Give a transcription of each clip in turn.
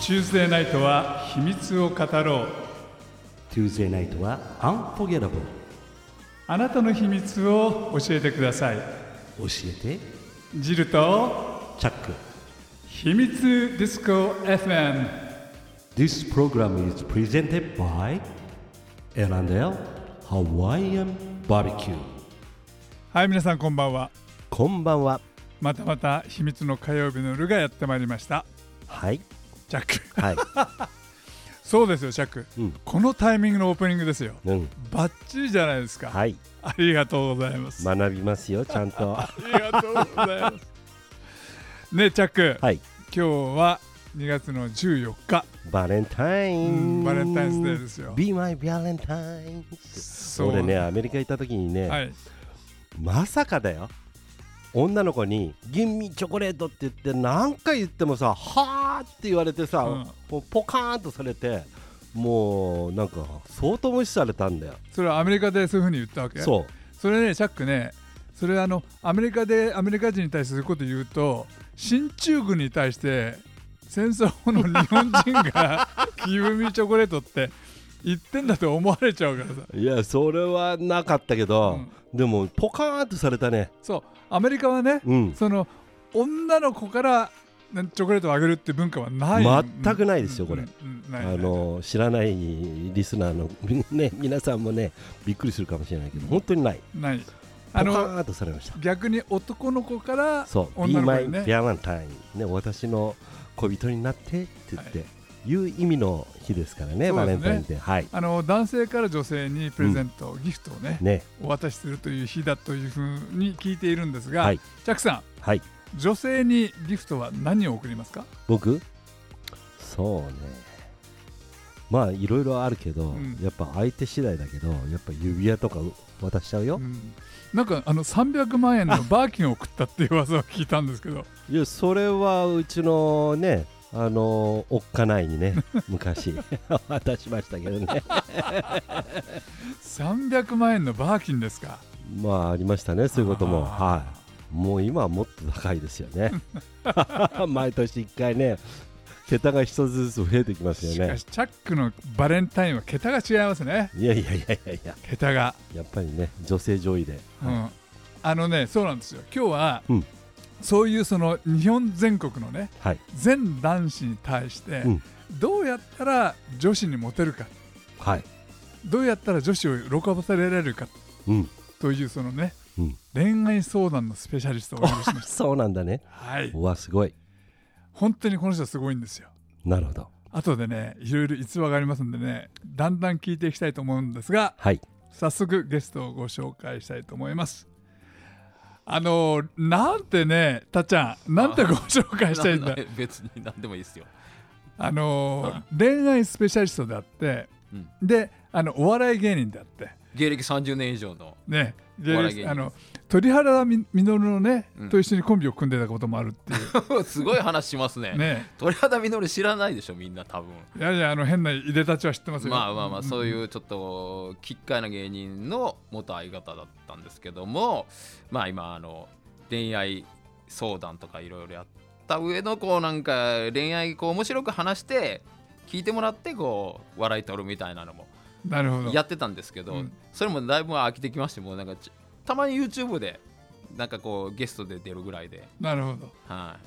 チューズデーナイトは秘密を語ろう Tuesday night は Unforgettable あなたの秘密を教えてください教えてジルとチャック秘密ディスコ FM This program is presented by L&L Hawaiian Barbecue はい皆さんこんばんはこんばんはまたまた秘密の火曜日の夜がやってまいりましたはいジャックはいそうですよジャック、うんこのタイミングのオープニングですようんバッチリじゃないですか、はいありがとうございます、学びますよちゃん とありがとうございます ねチャック、はい今日は2月の14日バレンタイうんンバレンタインデーですよ Be my Valentine そ俺ねアメリカ行った時にね、はいまさかだよ女の子に「吟味チョコレート」って言って何回言ってもさ「はあ」って言われてさ、うんもうポカーンとされてもうなんか相当無視されたんだよそれはアメリカでそういうふうに言ったわけうそうそれねチャックねそれあのアメリカでアメリカ人に対してそういうこと言うと進駐軍に対して戦争の日本人 が「キウミチョコレート」って言ってんだと思われちゃうからさいやそれはなかったけど、でもポカーンとされたねそうアメリカはね、うんその女の子からねチョコレートをあげるって文化はない全くないですよこれうんうんなあいないの知らないリスナーの、ね、皆さんもねびっくりするかもしれないけど本当にないないポカあのーンとされました逆に男の子からそう、Be 女の子 my にね Valentine、ね、私の恋人になってって言って、、はいう意味の日ですからね、そうバでレすねンタインって、はい、あの男性から女性にプレゼント、ギフトをねね、お渡しするという日だというふうに聞いているんですが、はいジャックさはい、ん女性にギフトは何を贈りますか、僕、そうね、まあ、いろいろあるけど、うんやっぱ相手次第だけど、やっぱ指輪とか渡しちゃうよ、うんなんかあの300万円のバーキンを贈ったっていう噂を聞いたんですけどいや、それはうちのね、あのおっかないにね、昔、 渡しましたけどね、 300万円のバーキンですかまあ、ありましたね、そういうことも。あーはいもう今はもっと高いですよね。 毎年1回ね、桁が一つずつ増えてきますしよかねし。チャックのバレンタインは桁が違いますねいやいやいやいやいや、桁が、やっぱりね、女性上位で。うん、あのねそうなんですよ今日は、うんそういうその日本全国のねはい、全男子に対して、うんどうやったら女子にモテるかはい、どうやったら女子を喜ばせられるかうん、というそのねうん。恋愛相談のスペシャリストをお呼びしました そうなんだね。はい、うわ、すごい。本当にこの人はすごいんですよなるほど。後でねいろいろ逸話がありますんでねだんだん聞いていきたいと思うんですがはい、早速ゲストをご紹介したいと思いますあのなんてねたっちゃんなんてご紹介した いんだなな別に何でもいいですよ。あの恋愛スペシャリストであって、うんであのお笑い芸人であって芸歴30年以上の。 ねお笑い芸人あの鳥原みののね、うんと一緒にコンビを組んでたこともあるってい すごい話しますね。うね鳥肌みのり知らないでしょ、みんな多分。いやいやあの変ないでたちは知ってますよまあまあまあ、そうういうちょっと、きっかいな芸人の元相方だったんですけども、まあ今、あの、恋愛相談とかいろいろやった上の、こうなんか恋愛、こう面白く話して、聞いてもらって、こう、笑い取るみたいなのもんなるほどやってたんですけど、うんそれもだいぶ飽きてきましてもうなんかちたまに YouTube でなんかこうゲストで出るぐらいで、なるほどはい、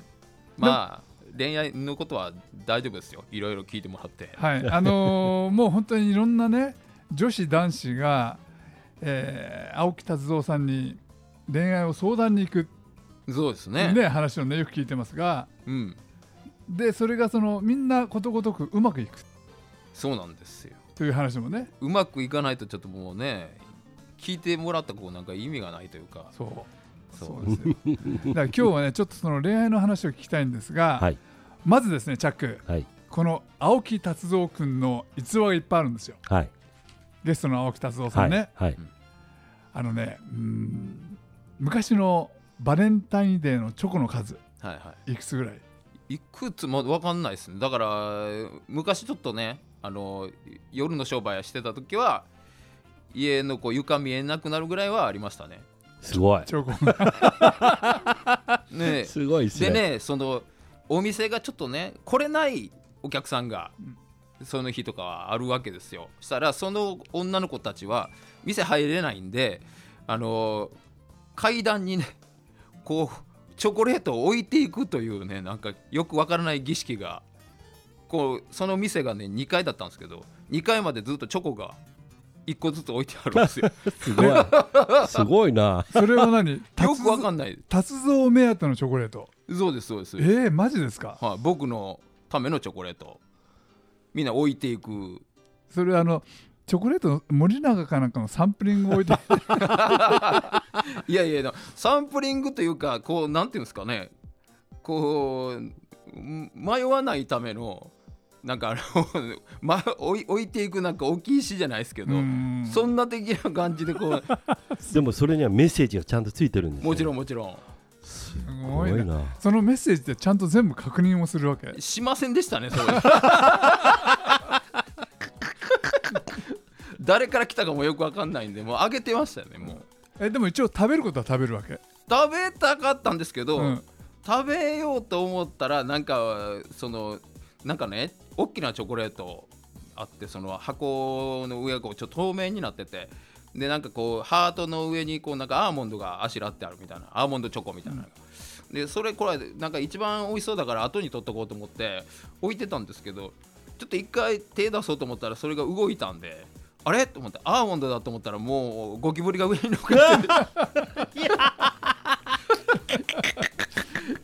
まあ恋愛のことは大丈夫ですよいろいろ聞いてもらって、はいあのー もう本当にいろんなね女子男子が、えー青木達三さんに恋愛を相談に行くそうですねね話をねよく聞いてますがうんでそれがそのみんなことごとくうまくいくそうなんですよという話もねうまくいかないとちょっともうね聞いてもらったこうなんか意味がないというかそうそそううですよだから今日はねちょっとその恋愛の話を聞きたいんですが、はいまずですねチャックはい、この青木達三君の逸話がいっぱいあるんですよはい、ゲストの青木達三さはんい、ね、はい、あのねうーん昔のバレンタインデーのチョコの数はいはいくつぐらいいいくつも分かんないですねだから昔ちょっとねあの夜の商売してた時は家のこう床見えなくなるぐらいはありましたねすごい。チョ コがねすごいですでね。ねそのお店がちょっとねこれないお客さんがうんその日とかはあるわけですよしたらその女の子たちは店入れないんであの階段にねこうチョコレートを置いていくというねなんかよくわからない儀式がこうその店がね2階だったんですけど2階までずっとチョコが1個ずつ置いてあるんですよす ごいすごいなそれは何よよくわかんない達造目当てのチョコレートそうですそうですえー、マジですかはい、僕のためのチョコレートみんな置いていくそれあのチョコレートの森永かなんかのサンプリング置い ていやいやサンプリングというかこうなんていうんですかねこうん迷わないためのなんかあの、 ま、置い置いていくなんか大きい石じゃないですけどうんそんな的な感じでこ うでもそれにはメッセージがちゃんとついてるんですねもちろんもちろんすすごごいいななそのメッセージでちゃんと全部確認をするわけしませんでした ねそれ誰から来たかもよくわかんないんでもうあげてましたよねもうえでも一応食べることは食べるわけ食べたかったんですけど、うん食べようと思ったらなんかそのなんかね大きなチョコレートあってその箱の上がこうちょっと透明になっててでなんかこうハートの上にこうなんかアーモンドがあしらってあるみたいなアーモンドチョコみたいな、でそれこれなんか一番美味しそうだから後に取っとこうと思って置いてたんですけどちょっと一回手出そうと思ったらそれが動いたんであれと思ってアーモンドだと思ったらもうゴキブリが上に乗っかってて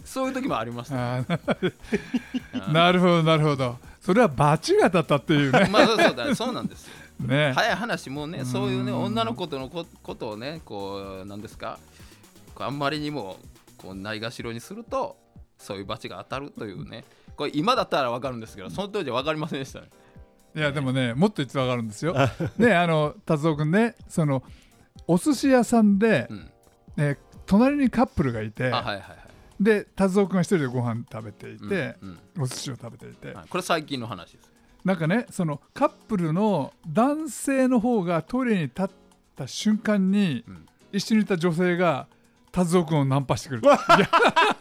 そういう時もありましたあーなるほどなるほどそれは罰が当たったっていう ねまあそうそうだそうなんですよ。ね早い話もうねんそういうね女の子とのこことをねこうなんですかこうあんまりにもこうないがしろにするとそういう罰が当たるというねこれ今だったらわかるんですけどその当時はわかりませんでしたね。いやでもねもっと言ってわかるんですよねあの達夫君ねそのお寿司屋さんでう、ん、えー隣にカップルがいて、あはいはいはい。で達夫君が一人でご飯食べていて、うんお寿司を食べていて、うんはいこれ最近の話です。なんかねそのカップルの男性の方がトイレに立った瞬間に、うん一緒にいた女性が達夫君をナンパしてくるい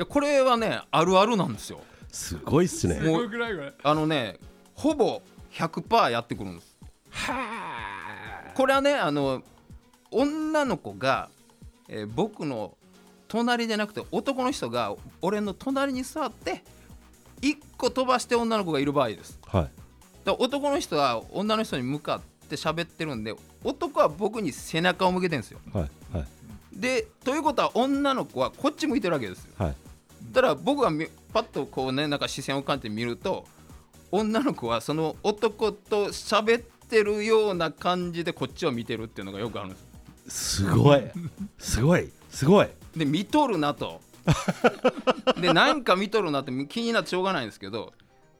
やこれはねあるあるなんですよ。すごいっすすねごいくらいこれあのねほぼ100%やってくるんです。これはねあの女の子が、えー僕の隣じゃなくて男の人が俺の隣に座って1個飛ばして女の子がいる場合ですはいだから男の人は女の人に向かって喋ってるんで男は僕に背中を向けてるんですよはいはいでということは女の子はこっち向いてるわけですよはいただ僕がみパッとこうねなんか視線を感じて見ると女の子はその男と喋ってるような感じでこっちを見てるっていうのがよくあるんですすごいすごいすごいで見とるなとでなんか見とるなって気になってしょうがないんですけど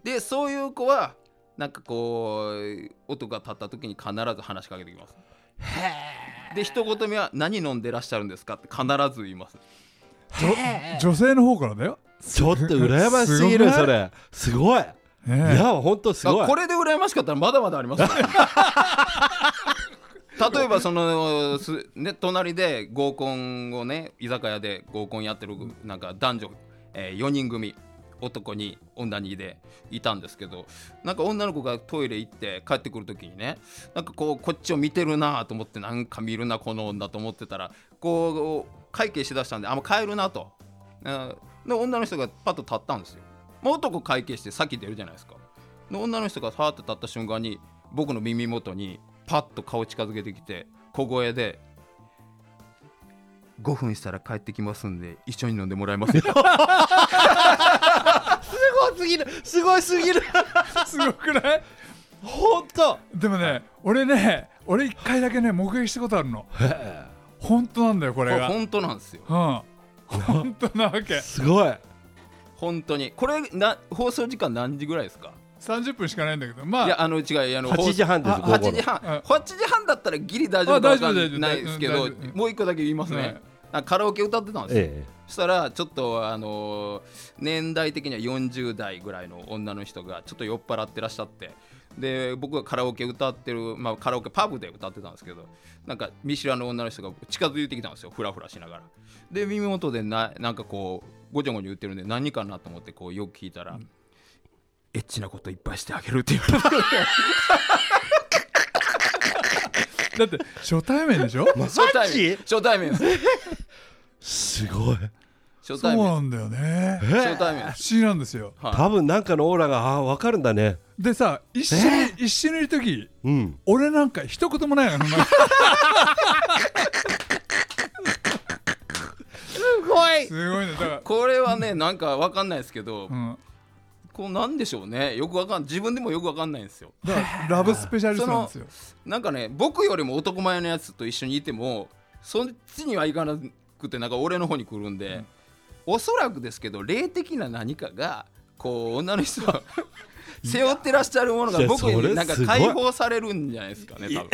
でそういう子はなんかこう男が立った時に必ず話しかけてきますで一言目は「何飲んでらっしゃるんですか?」って必ず言いますじょ女性の方からだよ、 ちょっと羨ましすぎるすごそくれすごいねいえや本当すごあいこれで羨ましかったらまだまだあ りますよ例えばそのす、ね、隣で合コンをね居酒屋で合コンやってるなんか男女、え4人組男に女にでいたんですけどなんか女の子がトイレ行って帰ってくる時にねなんかこうこっちを見てるなと思ってなんか見るなこの女と思ってたらこう会計しだしたんであもう帰るなと、うんで女の人がパッと立ったんですよ、まあ、男会計して先出るじゃないですかで女の人がさーって立った瞬間に僕の耳元にパッと顔近づけてきて小声で「5分したら帰ってきますんで一緒に飲んでもらえますか?すごすぎるすごいす ぎる すごくない本当でもね俺ね俺一回だけね目撃したことあるの本当なんだよこ」これれがうん本当なんですよ本当なわけすごい本当にこれな放送時間何時ぐらいですか30分しかないんだけどまあいやあの違いあの8時半ですあ午後8時の半うん8時半だったらギリ大丈夫かわかあ大丈夫大丈ん夫ないですけど大丈夫もう一個だけ言いますねうんあカラオケ歌ってたんですよえそしたらちょっとあのー年代的には40代ぐらいの女の人がちょっと酔っ払ってらっしゃってで僕がカラオケ歌ってる、まあ、カラオケパブで歌ってたんですけどなんか見知らぬ女の人が近づいてきたんですよフラフラしながらで耳元でななんかこうごちゃごちゃ言ってるんで何かなと思ってこうよく聞いたら、エッチなこといっぱいしてあげるってい うだって初対面でしょマ初対面初対面ですすごい初そう対面なんだよねえ初対面で不す思議なんですよはい多分なんかのオーラがあ分かるんだねでさ一緒に、一緒にいる時うん俺なんか一言もないのすごいすごいねだからこれはねなんかわかんないですけど、うんこうなんでしょうねよくわかん自分でもよくわかんないんですよだからラブスペシャリストなんですよなんかね僕よりも男前のやつと一緒にいてもそっちにはいかなくてなんか俺の方に来るんで、おそらくですけど霊的な何かがこう女 の人は背負ってらっしゃるものいがや僕それになんかすごい解放されるんじゃないですかね多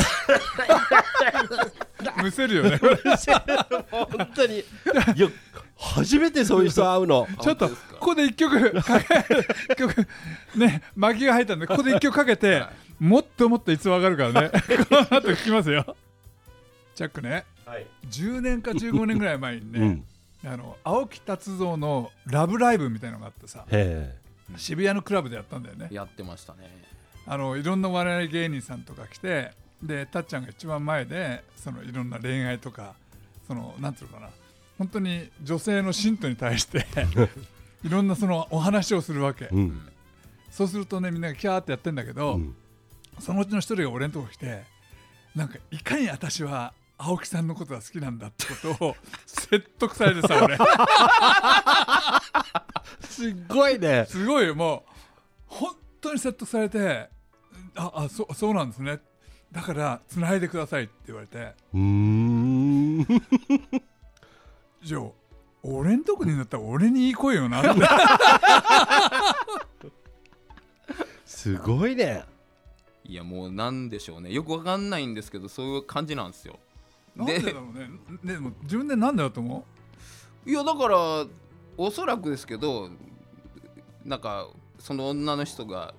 分むせるよね本当にいや初めてそういう 人会うの ちょっと本当こですかこで一曲かけ一曲ね巻きが入ったんでここで一曲かけて、はもっともっといつも上がるからねこの後聞きますよチャックねはい、 10年か15年ぐらい前にうね、ん、あの青木達三の「ラブライブ!」みたいなのがあってさへ渋谷のクラブでやったんだよねやってましたねあのいろんな我々芸人さんとか来てでたっちゃんが一番前でそのいろんな恋愛とかそのなんていうのかな本当に女性の信徒に対して いろんなそのお話をするわけえうんそうするとねみんながキャーってやってんだけど、うんそのうちの一人が俺のとこ来てなんかいかに私は青木さんのことが好きなんだってことを説得されてさ俺すっごいねすごいよもう本当に説得されてああそそうなんですねだから繋いでくださいって言われてうーんじゃあ俺んとこになったら俺にいい声よなっ てすごいねいやもうなんでしょうねよくわかんないんですけどそういう感じなんですよなんでだろうねねでも自分でなんだよと思いやだからおそらくですけどなんかその女の人が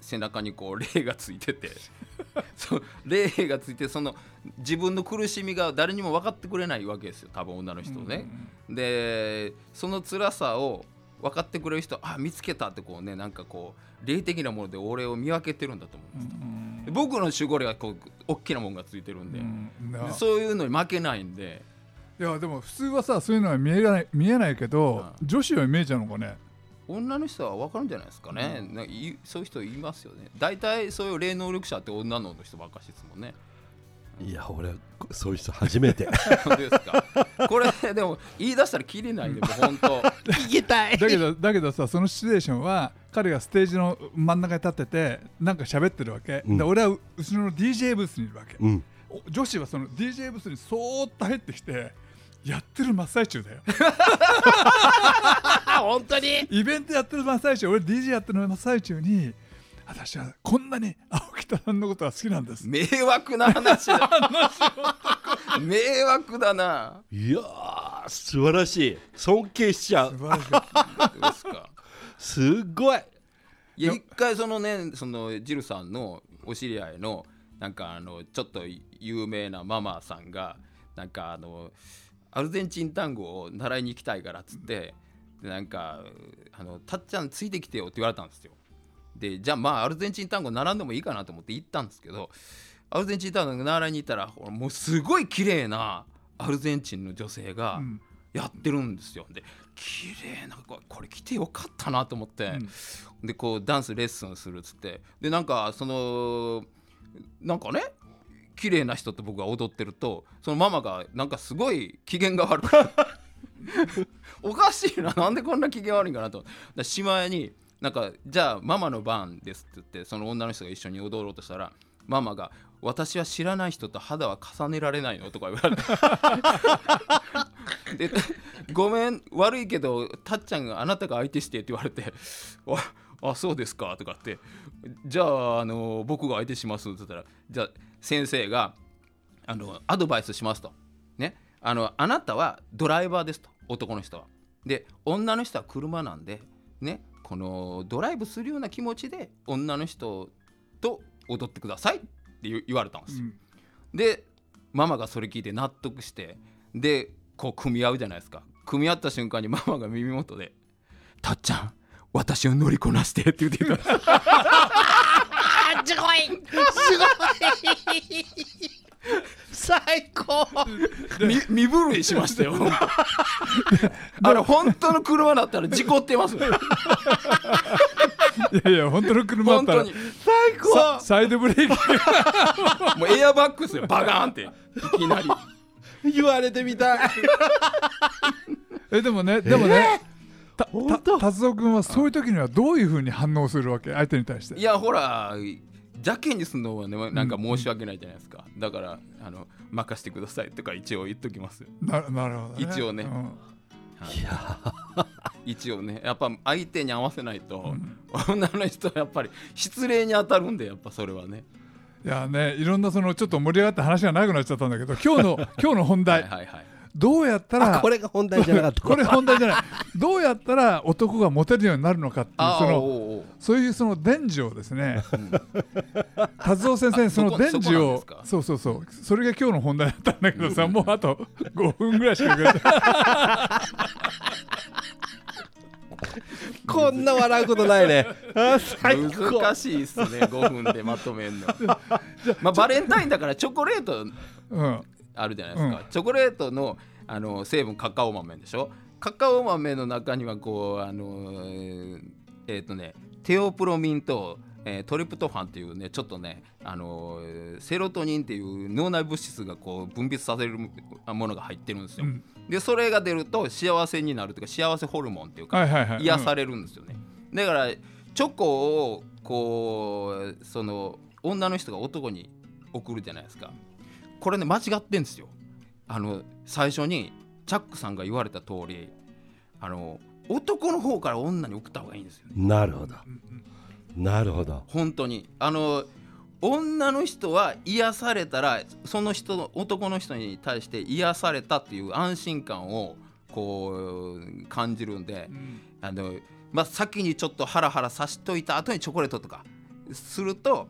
背中にこう霊がついてて そう霊がついてその自分の苦しみが誰にも分かってくれないわけですよ多分女のう人ね。でその辛さを分かってくれる人あ見つけたってこうねなんかこう霊的なもので俺を見分けてるんだと思ううんですよ、ん僕の守護霊がこう大きなもんがついてるんうで,、んうんでそういうのに負けないんで。いやでも普通はさそういうのは見えない見えないけど、う女子は見えちゃうのかね女の人は分かるんじゃないですかね、なんかいそういう人いますよね大体そういう霊能力者って女の人ばっかしですもん ねいや俺そういう人初めて本当ですかこれでも言い出したら切れないでもう本当聞きたいだけどだけどさそのシチュエーションは彼がステージの真ん中に立っててなんか喋ってるわけ、うんで俺はう後ろの DJ ブースにいるわけ、うんお女子はその DJ ブースにそーっと入ってきてやってる真っ最中だよあ 本当にイベントやってる真っ最中俺 DJ やってる真っ最中に私はこんなに青木田さんのことが好きなん です迷惑な話 だ迷惑だないやー素晴らしい尊敬しちゃ素う晴らしい本当ですかすっごいいや一回そのねそのジルさんのお知り合いのなんかあのちょっと有名なママさんがなんかあのアルゼンチン単語を習いに行きたいからっつってでなんかあの「たっちゃんついてきてよ」って言われたんですよ。でじゃあまあアルゼンチン単語並んでもいいかなと思って行ったんですけどアルゼンチン単語習いに行ったらほらもうすごい綺麗なアルゼンチンの女性がうんやってるんですよ。で綺麗なここれ来てよかったなと思って。うんでこうダンスレッスンするっつってでなんかそのなんかね綺麗な人と僕が踊ってるとそのママがなんかすごい機嫌が悪い おかしいななんでこんな機嫌悪いんかなと思ってでしまいになんかじゃあママの番ですって言ってその女の人が一緒に踊ろうとしたらママが「私は知らない人と肌は重ねられないの?」とか言われて で「ごめん悪いけどたっちゃんがあなたが相手して」って言われて「ああそうですか」とかって「じゃああの僕が相手します」って言ったらじゃあ先生があのアドバイスしますと。ね、あのあなたはドライバーですと男の人は。で女の人は車なんで、ね、このドライブするような気持ちで女の人と踊ってくださいって言う言われたんですうよんでママがそれ聞いて納得して でこう組み合うじゃないですか組み合った瞬間にママが耳元で「たっちゃん私を乗りこなしてって言ってたすごいすごい最高み身震いしましたよあれ本当の車だったら事故ってますいやいや本当の車だっ本た当らに最さサイドブレーキもうエアバッグですよバガーンっていきなり言われてみたいえでもねでもね、た本た当達夫君はそういう時にはどういうふうに反応するわけ相手に対していやほら邪険にすんのはねなんか申し訳ないじゃないですか、だからあの任せてくださいとか一応言っときますななるほど、ね、一応ねうん一応ねやっぱ相手に合わせないと、女の人はやっぱり失礼に当たるんでやっぱそれはねいやねいろんなそのちょっと盛り上がった話がなくなっちゃったんだけど今日の今日の本 は題いはいはいどうやったらあこれが本題じゃなかったこれ本題じゃないどうやったら男がモテるようになるのかっていうあそあのおうおうそういうその伝授をですねん達夫先生にそのそこ伝授そをこなんですかそうそうそうそれが今日の本題だったんだけどさもうあと5分ぐらいしかかかってこんな笑うことないねあ最高難しいっすね5分でまとめ んのまあバレンタインだからチョコレートうんあるじゃないですか、チョコレートのあの成分カカオ豆でしょカカオ豆の中にはこうあのーえっ、とねテオプロミンと、えートリプトファンっていうねちょっとねあのーセロトニンっていう脳内物質がこう分泌させるものが入ってるんですよ、うんでそれが出ると幸せになるというか幸せホルモンっていうか、はいはいはい癒されるんですよね、だからチョコをこうその女の人が男に送るじゃないですかこれね間違ってんですよあの最初にチャックさんが言われた通りあの男の方から女に送った方がいいんですよね なるほどなるほど本当にあの女の人は癒されたらその人の男の人に対して癒されたっていう安心感をこう感じるんで、うんあの、まあ、先にちょっとハラハラさしといた後にチョコレートとかすると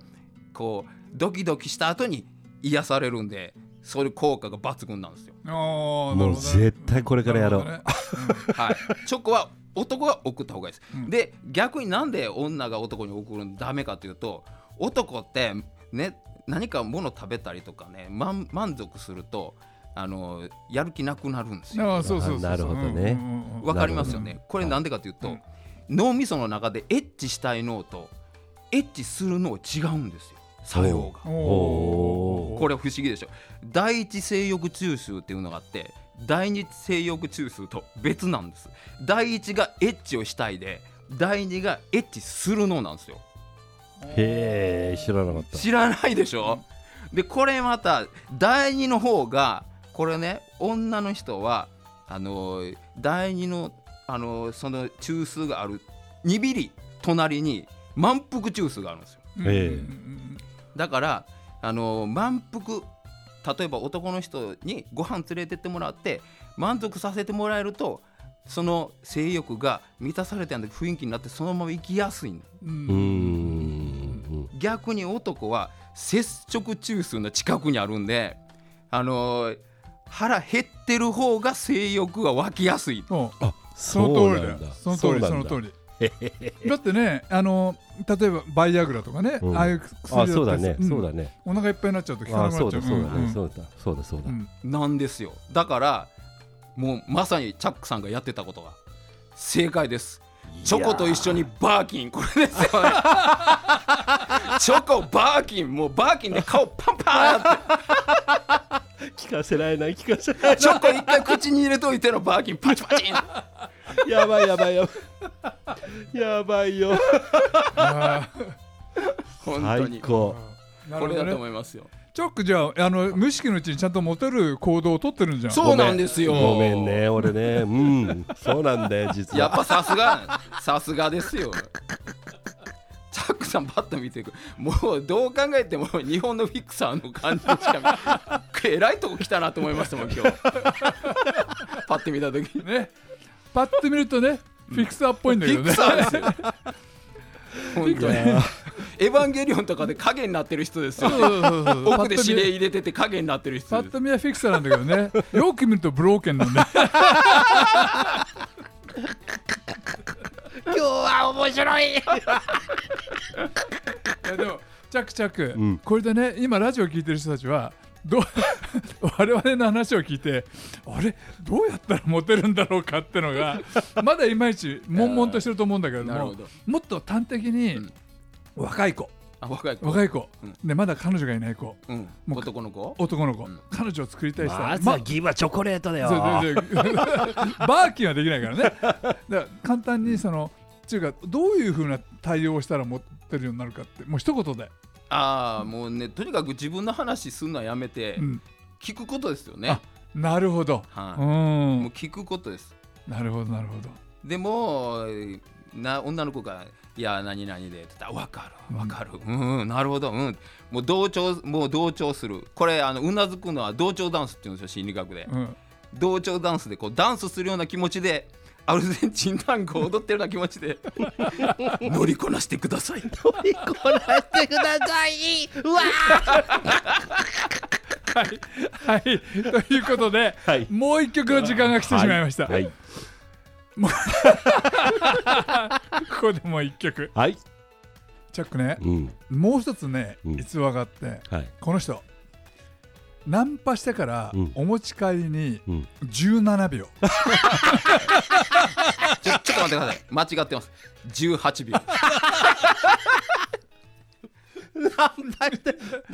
こうドキドキした後に癒されるんでそういう効果が抜群なんですよ。あーなもるうほどね絶対これからやろなる うはい、チョコは男は送った方がいいです。うんで逆になんで女が男に送るのダメかというと男ってね何か物食べたりとかね満満足するとあのやる気なくなるんですほどねよ。あーそうそうそうそうなるほどねうんうんうんうんわかりますよなるねほ。これなんでかというと、うん脳みその中でエッチしたい脳とエッチする脳違うんですよ作用が。おーこれ不思議でしょ第一性欲中枢っていうのがあって第二性欲中枢と別なんです第一がエッチをしたいで第二がエッチするのなんですよへえ知らなかった知らないでしょでこれまた第二の方がこれね女の人はあのー第二のあのーその中枢がある2ビリ隣に満腹中枢があるんですようんええうんうんだからあの満腹例えば男の人にご飯連れてってもらって満足させてもらえるとその性欲が満たされたような雰囲気になってそのまま生きやすいのうんうーん逆に男は接触中枢の近くにあるんであのー腹減ってる方が性欲が湧きやすいそうあその通りだうなよそのん通りうそなんのだ通りだってねあの例えばバイアグラとかね、うんああいう薬だあったりそうだねんそうだねお腹いっぱいになっちゃうと効かなあくそなっうちゃうだそうだんねんそうだそうだそうだうんなんですよだからもうまさにチャックさんがやってたことが正解ですチョコと一緒にバーキンこ れですよねチョコバーキンもうバーキンで顔パンパンって聞かせられない聞かせられチョコ一回口に入れといてのバーキンパチパチンいやばいやばいやばいやばいよあ本当最にー高なこるほれだどとね思いますよチョックじゃああの無意識のうちにちゃんとモテる行動をとってるんじゃんそうなんですよごめんね俺ねうんそうなんだよ実やっはぱさすがさすがですよチャックさんパッと見ていくもうどう考えても日本のフィクサーの感じしか見えらいとこ来たなと思いましたもん今日パッと見た時にねパッと見るとねフィクサーっぽいんだけどフィねクサーですよ。本当に。エヴァンゲリオンとかで影になってる人ですよそう。そうそうそう奥で指令見入れてて影になってるパ人ッですと。見はフィクサーなんだけど ねよく見るとブローケンなんだよ 今日は面白い いやでも着々、うんこれでね今ラジオ聞いてる人たちはどう 我々の話を聞いてあれどうやったらモテるんだろうかってのがまだいまいち悶々としてると思うんだけれどなるほもどもっと端的に、うん若い子あ若い子若い子、うんでまだ彼女がいない子うん、もう男の子男の子、うん彼女を作りたい人まはずはギブはチョコレートだよそうそうそう バーキンはできないからねだから簡単にそのっていうかどういうふうな対応をしたらモテるようになるかってもう一言で、ああもうねとにかく自分の話すんのはやめて、うん聞くことですよねあなるほど、はうい、んもう聞くことですなるほどなるほどでもな女の子が「いや何々で」って言ったら「分かる分かるうん、うん、なるほどうん」もう同調もう同調するこれあのうなずくのは同調ダンスっていうんですよ心理学で、うん同調ダンスでこうダンスするような気持ちでアルゼンチンタンゴを踊ってるような気持ちで乗りこなしてくださいと乗りこなしてくださ いうわはい、はい、ということで、はいもう一曲の時間が来てしまいました、はいここでもう一曲はいチャックねうんもう一つねうん逸話があって、 はいこの人ナンパしてからうんお持ち帰りにうん17秒、ちょちょっと待ってください間違ってます18秒ね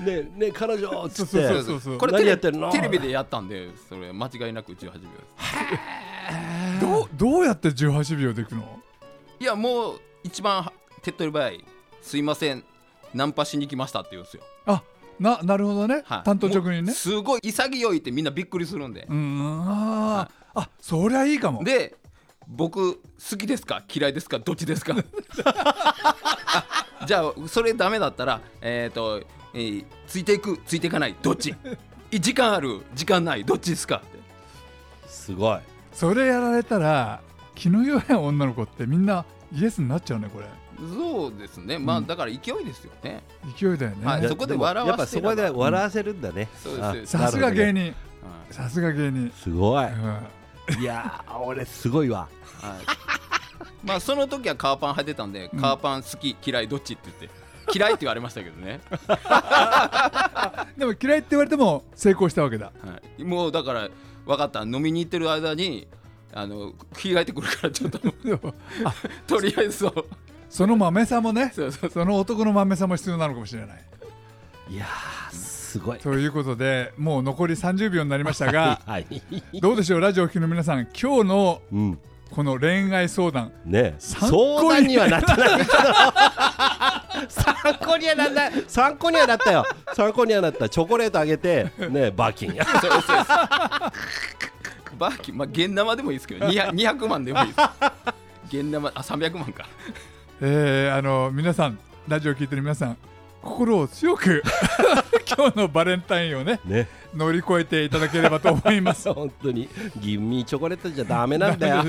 えねえ彼女っつってそうそうそうこれ何テレやってんのテレビでやったんでそれ間違いなく18秒ですどうどうやって18秒でいくのいやもう一番手っ取り早いすいませんナンパしに来ましたって言うんですよ、あななるほどね、はい担当直人もうねすごい潔いってみんなびっくりするんでう、んあーあそりゃいいかもで僕好きですか嫌いですかどっちですか あじゃあそれダメだったらえっ、と、えーついていくついていかないどっちい時間ある時間ないどっちですかってすごいそれやられたら気の弱い女の子ってみんなイエスになっちゃうねこれそうですねまあ、うんだから勢いですよね勢いだよね、はいやそこでも笑わやせれっばぱそこで笑わせるんだね、そうですあそうですさすが芸なる人はさすが芸人、ほどねすごいうんいやー俺すごいわい、はい、まあその時はカーパン履いてたんで、カーパン好き嫌いどっちって言って嫌いって言われましたけどね、でも嫌いって言われても成功したわけだはい、もうだから分かった飲みに行ってる間にあの着替えてくるからちょっと でもとりあえずそうその豆さもねそうそうその男の豆さも必要なのかもしれないいやーすごいということでもう残り30秒になりましたがはい、どうでしょうラジオを聴きの皆さん今日のうん、この恋愛相談ねえ参相考に談にはなってない参考にはなんない参考にはなったよ参考にはなったチョコレートあげてねえバーキンそうそうそうバーキンまあ現生でもいいですけど200 200万でもいいです現生あ300万かえーあの皆さんラジオを聴いてる皆さん心を強 く今日のバレンタインをねね乗り越えていただければと思います本当にギンミーチョコレートじゃダメなんだよ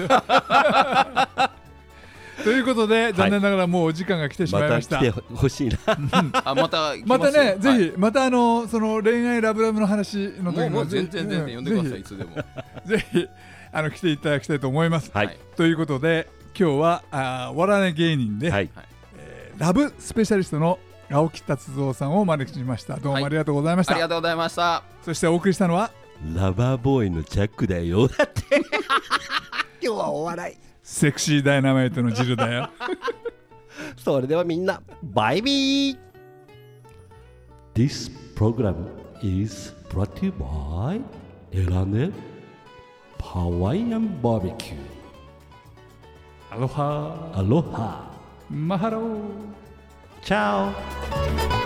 ということで残念ながらもうお時間が来てしままいまたした、来てほしいなあまた来まますたよね、はぜひまたあのその恋愛ラブラブの話のい時もうにもうぜ全ひ然全然呼んでくださいぜいつでもひぜひあの来ていただきたいと思います、はいはいということで今日はあー笑わない芸人で、はいラブスペシャリストの青木達三さんをお招きしましたどうはいもありがとうございましあた、りがとうございましたそしてお送りしたのはラバーボーイのチャックだよだって今日はお笑いセクシーダイナマイトのジルだよそれではみんなバイビー This program is brought to you by エラネハワイアンバーベキュアロハーアロハマハローチャオ